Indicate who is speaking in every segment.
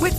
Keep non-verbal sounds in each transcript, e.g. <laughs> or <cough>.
Speaker 1: With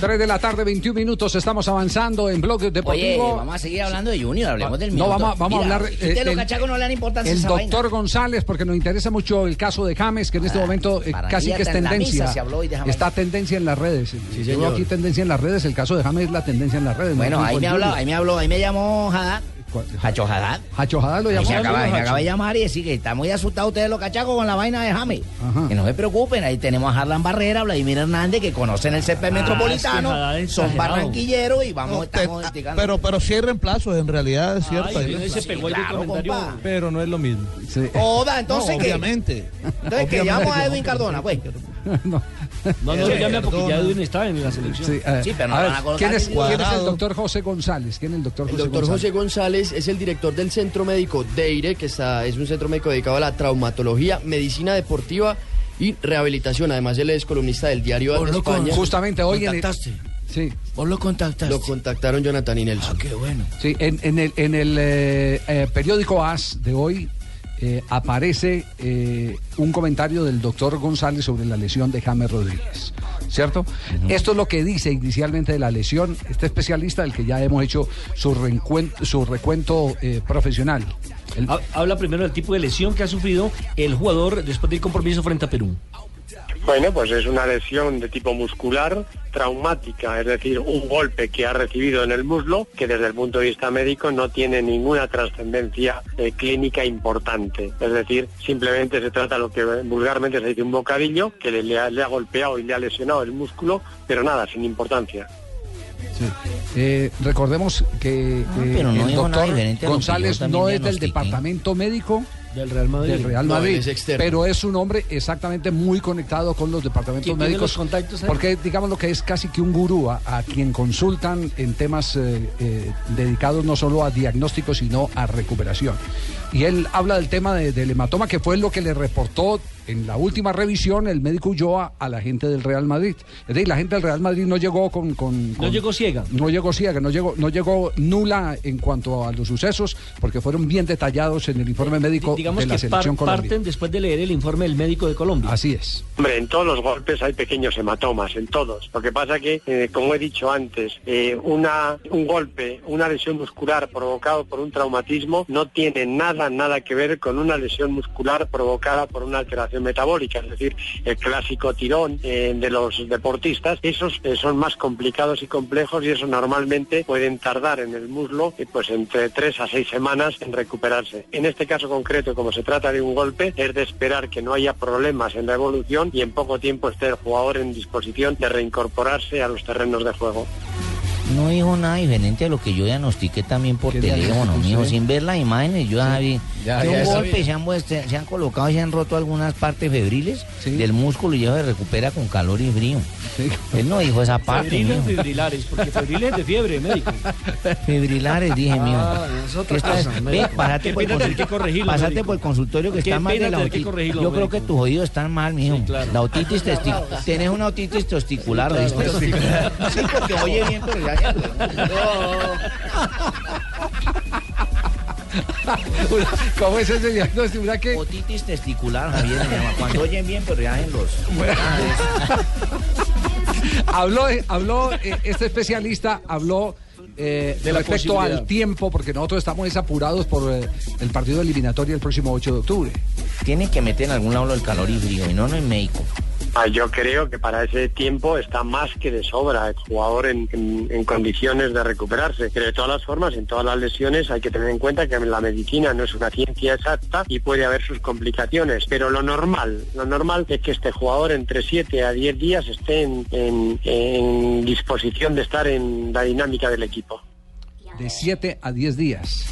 Speaker 2: 3 de la tarde, 21 minutos. Estamos avanzando en Blog
Speaker 3: Oye,
Speaker 2: Deportivo.
Speaker 3: vamos a seguir hablando de Junior, hablemos del
Speaker 2: Ah, no,
Speaker 3: minuto.
Speaker 2: vamos a- vamos a
Speaker 3: Mira,
Speaker 2: hablar,
Speaker 3: ustedes
Speaker 2: eh,
Speaker 3: los
Speaker 2: el-
Speaker 3: cachacos no le dan importancia a
Speaker 2: El
Speaker 3: esa vaina.
Speaker 2: doctor González, porque nos interesa mucho el caso de James, que en este
Speaker 3: Ah,
Speaker 2: momento eh,
Speaker 3: para
Speaker 2: casi
Speaker 3: mí
Speaker 2: que es
Speaker 3: hasta en la
Speaker 2: tendencia.
Speaker 3: misa se habló hoy de James.
Speaker 2: Está tendencia en las redes. Yo veo
Speaker 3: señor.
Speaker 2: aquí tendencia en las redes. El caso de James es la tendencia en las redes.
Speaker 3: Bueno,
Speaker 2: no es
Speaker 3: ahí me
Speaker 2: incontinuo.
Speaker 3: habló, ahí me habló, ahí me llamó Haddad.
Speaker 2: ¿Cuál?
Speaker 3: Hacho Haddad.
Speaker 2: Hacho Haddad lo
Speaker 3: Ahí
Speaker 2: llamó.
Speaker 3: se acaba,
Speaker 2: Hacho.
Speaker 3: me acaba de llamar y decir que está muy asustado ustedes los cachacos con la vaina de James.
Speaker 2: Ajá.
Speaker 3: Que no se preocupen, ahí tenemos a Harlan Barrera, Vladimir Hernández, que conocen el
Speaker 2: Ah,
Speaker 3: CP metropolitano,
Speaker 4: Haddad es
Speaker 3: son
Speaker 4: exagerado.
Speaker 3: barranquilleros y vamos,
Speaker 5: No,
Speaker 3: estamos
Speaker 5: te- ah,
Speaker 3: investigando.
Speaker 5: pero, pero sí hay reemplazos, en realidad, es cierto. hay
Speaker 4: Ay, pero
Speaker 5: reemplazos.
Speaker 4: ese pegó el
Speaker 3: claro,
Speaker 4: comentario.
Speaker 3: compa.
Speaker 5: Pero no es lo mismo.
Speaker 2: Sí. eh,
Speaker 3: Joda,
Speaker 5: No,
Speaker 3: entonces que
Speaker 5: obviamente.
Speaker 3: entonces que
Speaker 5: Obviamente
Speaker 3: llamamos a
Speaker 5: que no.
Speaker 3: Edwin Cardona, pues.
Speaker 2: No,
Speaker 4: No, no lo llame porque ya
Speaker 5: Perdona.
Speaker 4: Edwin está en la selección.
Speaker 2: sí, eh,
Speaker 3: Sí, pero no
Speaker 2: a
Speaker 3: lo
Speaker 2: ver,
Speaker 3: van a colocar
Speaker 2: ¿quién, es,
Speaker 3: en
Speaker 2: quién es el
Speaker 5: cuadrado.
Speaker 2: doctor José González? ¿Quién es el doctor
Speaker 6: El
Speaker 2: José
Speaker 6: doctor
Speaker 2: González?
Speaker 6: José González es el director del Centro Médico Deire, que está, es un centro médico dedicado a la traumatología, medicina deportiva y rehabilitación. Además, él es columnista del diario
Speaker 2: Vos
Speaker 6: de
Speaker 2: lo
Speaker 6: España.
Speaker 2: con- justamente hoy en el-
Speaker 6: ¿Contactaste?
Speaker 2: Sí,
Speaker 6: Vos lo contactaste. Lo contactaron Jonathan y
Speaker 4: Ah,
Speaker 6: Nelson. qué bueno.
Speaker 2: sí, en, en el, en el eh, eh, periódico AS de hoy eh, aparece eh, un comentario del doctor González sobre la lesión de James Rodríguez, ¿cierto? Esto es lo que dice inicialmente de la lesión este especialista del que ya hemos hecho su, reencuen- su recuento eh, profesional. El-
Speaker 4: Ha- Habla primero del tipo de lesión que ha sufrido el jugador después del compromiso frente a Perú.
Speaker 7: Bueno, pues es una lesión de tipo muscular traumática, es decir, un golpe que ha recibido en el muslo que desde el punto de vista médico no tiene ninguna trascendencia eh, clínica importante. Es decir, simplemente se trata de lo que vulgarmente se dice un bocadillo que le, le ha, le ha golpeado y le ha lesionado el músculo, pero nada, sin importancia.
Speaker 2: Eh, recordemos que
Speaker 3: Ah,
Speaker 2: eh,
Speaker 3: pero no
Speaker 2: el
Speaker 3: dijo nada
Speaker 2: doctor
Speaker 3: diferente a lo que
Speaker 2: González
Speaker 3: yo
Speaker 2: no
Speaker 3: también
Speaker 2: es del
Speaker 3: diagnostiqué.
Speaker 2: departamento médico
Speaker 4: Del Real Madrid.
Speaker 2: del Real
Speaker 6: No,
Speaker 2: Madrid,
Speaker 6: él es externo.
Speaker 2: pero es un hombre exactamente muy conectado con los departamentos
Speaker 4: ¿Quién tiene
Speaker 2: médicos,
Speaker 4: los contactos ahí?
Speaker 2: porque digamos lo que es casi que un gurú a, a quien consultan en temas eh, eh, dedicados no solo a diagnóstico sino a recuperación. Y él habla del tema de- del hematoma que fue lo que le reportó en la última revisión el médico Ulloa a la gente del Real Madrid. Es decir, la gente del Real Madrid no llegó con, con- con-
Speaker 4: llegó ciega.
Speaker 2: no llegó ciega, no llegó, no llegó nula en cuanto a los sucesos, porque fueron bien detallados en el informe médico
Speaker 4: Eh, Di- Digamos
Speaker 2: de la
Speaker 4: que par-
Speaker 2: selección colombiana.
Speaker 4: parten después de leer el informe del médico de Colombia.
Speaker 2: Así es. <laughs>
Speaker 7: Hombre, en todos los golpes hay pequeños hematomas,
Speaker 3: <laughs>
Speaker 7: en todos. Lo que pasa que, eh, como he dicho antes, eh, una, un golpe, una lesión muscular provocado por un traumatismo no tiene nada, nada que ver con una lesión muscular provocada por una alteración metabólica, es decir, el clásico tirón eh, de los deportistas. Esos eh, son más complicados y complejos y eso normalmente pueden tardar en el muslo eh, pues entre tres a seis semanas en recuperarse. En este caso concreto, como se trata de un golpe, es de esperar que no haya problemas en la evolución y en poco tiempo esté el jugador en disposición de reincorporarse a los terrenos de juego.
Speaker 3: No dijo nada diferente a lo que yo diagnostiqué también por
Speaker 2: ¿Qué
Speaker 3: teléfono,
Speaker 2: diagnosticó
Speaker 3: mijo.
Speaker 2: usted?
Speaker 3: Sin ver las imágenes, yo ya vi.
Speaker 2: Ya,
Speaker 3: de
Speaker 2: ya
Speaker 3: un
Speaker 2: sabía.
Speaker 3: golpe se han, muest- se han colocado y se han roto algunas partes febriles
Speaker 2: Sí.
Speaker 3: del músculo y ya se recupera con calor y frío.
Speaker 2: Sí.
Speaker 3: Él no dijo esa parte,
Speaker 4: Febriles,
Speaker 3: mijo.
Speaker 4: fibrilares, porque febriles de fiebre, médico.
Speaker 3: Fibrilares, dije, mijo.
Speaker 4: es otra
Speaker 3: Esto es-
Speaker 4: cosa,
Speaker 3: ve,
Speaker 4: médico.
Speaker 3: pasate
Speaker 4: Qué
Speaker 3: por el,
Speaker 4: pena tener que
Speaker 3: consultorio-
Speaker 4: corregirlo,
Speaker 3: pasate
Speaker 4: médico.
Speaker 3: por el consultorio que
Speaker 4: Qué
Speaker 3: está mal
Speaker 4: pena
Speaker 3: de la
Speaker 4: tener que
Speaker 3: otitis.
Speaker 4: corregirlo,
Speaker 3: Yo creo
Speaker 4: médico.
Speaker 3: que tus oídos están mal, mijo.
Speaker 4: claro.
Speaker 3: La otitis
Speaker 4: <laughs>
Speaker 3: testicular. Tienes una otitis testicular, ¿viste? Sí, porque oye bien, pero ya...
Speaker 2: Una- ¿Cómo es ese diagnóstico? Una que-
Speaker 3: Otitis testicular, Javier, se llama. Cuando oyen bien, pero ya en los.
Speaker 2: habló habló eh, este especialista, habló eh,
Speaker 4: De la
Speaker 2: respecto al
Speaker 4: posibilidad.
Speaker 2: tiempo, porque nosotros estamos desapurados por eh, el partido eliminatorio el próximo 8 de octubre.
Speaker 3: Tienen que meter en algún lado lo del calor y frío, y no no el médico.
Speaker 7: Ah, yo creo que para ese tiempo está más que de sobra el jugador en, en- en condiciones de recuperarse. Pero de todas las formas, en todas las lesiones hay que tener en cuenta que la medicina no es una ciencia exacta y puede haber sus complicaciones. Pero lo normal, lo normal es que este jugador entre 7 a 10 días esté en- en- en disposición de estar en la dinámica del equipo.
Speaker 2: De 7 a 10 días.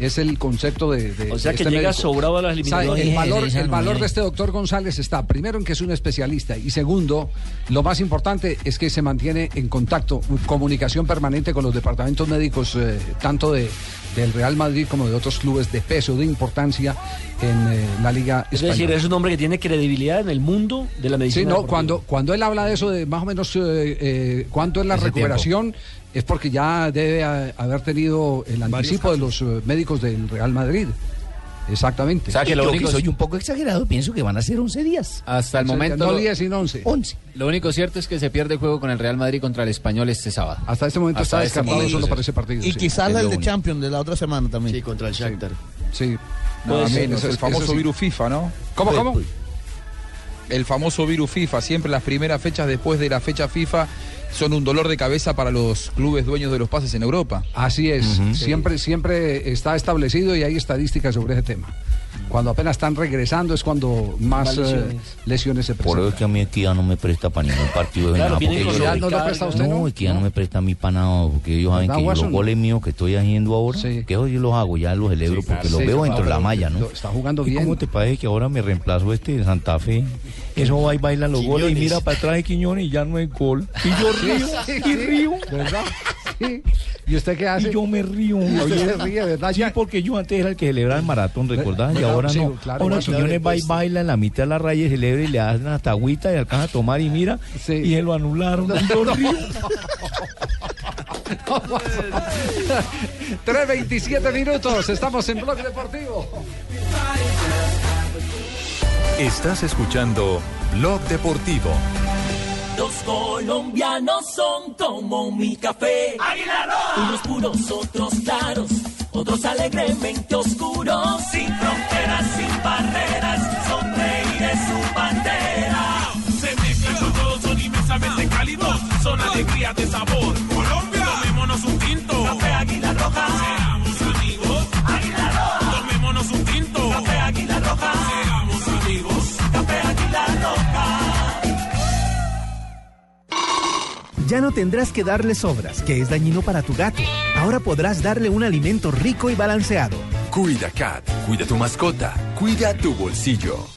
Speaker 2: Es el concepto de. de- este
Speaker 8: O sea,
Speaker 2: de
Speaker 8: que llega sobrado a las eliminatorias.
Speaker 2: ¿Sabe? El
Speaker 8: No,
Speaker 2: valor,
Speaker 8: esa
Speaker 2: el
Speaker 8: no
Speaker 2: valor
Speaker 8: es.
Speaker 2: de este doctor González está, primero, en que es un especialista. Y segundo, lo más importante es que se mantiene en contacto, comunicación permanente con los departamentos médicos, eh, tanto de, del Real Madrid como de otros clubes de peso, de importancia en eh, la Liga
Speaker 8: Es
Speaker 2: Española.
Speaker 8: decir, es un hombre que tiene credibilidad en el mundo de la
Speaker 2: Sí,
Speaker 8: medicina.
Speaker 2: no,
Speaker 8: deportiva.
Speaker 2: cuando, cuando él habla de eso, de más o menos eh, eh, cuánto es la
Speaker 8: Ese
Speaker 2: recuperación, es porque ya debe eh, haber tenido el anticipo de los eh, médicos del Real Madrid. Exactamente.
Speaker 9: O sea, que lo
Speaker 10: Yo
Speaker 9: único
Speaker 10: que
Speaker 9: es-
Speaker 10: soy un poco exagerado, pienso que van a ser 11 días.
Speaker 2: Ah,
Speaker 9: Hasta el momento.
Speaker 2: 10 y 11.
Speaker 10: 11.
Speaker 9: Lo único cierto es que se pierde el juego con el Real Madrid contra el Español este sábado.
Speaker 2: Hasta este momento
Speaker 9: Hasta
Speaker 2: está
Speaker 9: este
Speaker 2: descartado
Speaker 9: momento,
Speaker 2: solo
Speaker 9: sí.
Speaker 2: para ese partido.
Speaker 11: Y quizás el de Champions de la otra semana también. Sí,
Speaker 12: contra el Shakhtar.
Speaker 2: Sí. Ah,
Speaker 13: No,
Speaker 2: Puede
Speaker 13: a mí
Speaker 2: ser,
Speaker 13: no, es
Speaker 2: eso-
Speaker 13: el
Speaker 2: eso
Speaker 13: famoso
Speaker 2: sí.
Speaker 13: virus FIFA, ¿no?
Speaker 2: ¿Cómo,
Speaker 3: Pues,
Speaker 2: cómo?
Speaker 13: El famoso virus FIFA, siempre las primeras fechas después de la fecha FIFA son un dolor de cabeza para los clubes dueños de los pases en Europa.
Speaker 2: Así es, siempre, siempre está establecido y hay estadísticas sobre ese tema. Cuando apenas están regresando es cuando más eh,
Speaker 3: Más
Speaker 2: lesiones.
Speaker 3: lesiones.
Speaker 2: se
Speaker 3: Por eso
Speaker 2: presentan.
Speaker 3: es que a mí aquí ya no me presta para ningún partido de
Speaker 2: Claro,
Speaker 3: nada.
Speaker 2: viene
Speaker 3: porque
Speaker 2: con
Speaker 3: ellos-
Speaker 2: Equidad no lo presta a usted, ¿no?
Speaker 3: No, Equidad no me presta a mí para nada, porque ellos saben
Speaker 2: ¿Verdad,
Speaker 3: que yo los
Speaker 2: Watson?
Speaker 3: goles míos que estoy haciendo ahora, que hoy yo los hago, ya los celebro, porque
Speaker 2: claro,
Speaker 3: los
Speaker 2: sí,
Speaker 3: veo
Speaker 2: claro,
Speaker 3: dentro de la
Speaker 2: lo-
Speaker 3: malla, ¿no?
Speaker 2: lo está jugando
Speaker 3: ¿Y
Speaker 2: bien.
Speaker 3: ¿Cómo te parece que ahora me reemplazo este de Santa Fe? Eso va y baila los goles y
Speaker 9: Quiñones.
Speaker 3: mira para atrás de Quiñones y ya no es gol. Y
Speaker 2: Ah,
Speaker 3: yo
Speaker 2: Sí,
Speaker 3: <laughs> río,
Speaker 2: sí,
Speaker 3: y
Speaker 2: sí,
Speaker 3: río.
Speaker 2: ¿Verdad? Sí. ¿Y usted qué hace?
Speaker 3: yo me
Speaker 2: Y
Speaker 3: río.
Speaker 2: usted
Speaker 3: Javier.
Speaker 2: se ríe, ¿verdad?
Speaker 3: Sí, porque yo antes era el que celebraba el maratón, ¿recordás? Y
Speaker 2: Claro,
Speaker 3: ahora
Speaker 2: sí,
Speaker 3: no.
Speaker 2: claro,
Speaker 3: ahora
Speaker 2: claro,
Speaker 3: Quiñones
Speaker 2: claro,
Speaker 3: va y
Speaker 2: pues.
Speaker 3: baila en la mitad de la raya y celebra y le dan hasta agüita y alcanza a tomar y mira. Y se lo anularon.
Speaker 2: <laughs>
Speaker 3: Yo río.
Speaker 2: 3.27 minutos, estamos en Blog Deportivo.
Speaker 14: Estás escuchando Blog Deportivo.
Speaker 15: Los colombianos son como mi café. Unos puros, otros claros, otros alegremente oscuros. Sin fronteras, sin barreras, son reyes su bandera. Se mezclan con todos, son inmensamente cálidos, son alegría de sabor. Colombia, tomémonos un tinto. Café Águila Roja. Seamos amigos. Águila Roja. Tomémonos un tinto. Café Águila Roja. Seamos amigos. Café Águila Roja.
Speaker 16: Ya no tendrás que darle sobras, que es dañino para tu gato. Ahora podrás darle un alimento rico y balanceado.
Speaker 14: Cuida Cat, cuida tu mascota, cuida tu bolsillo.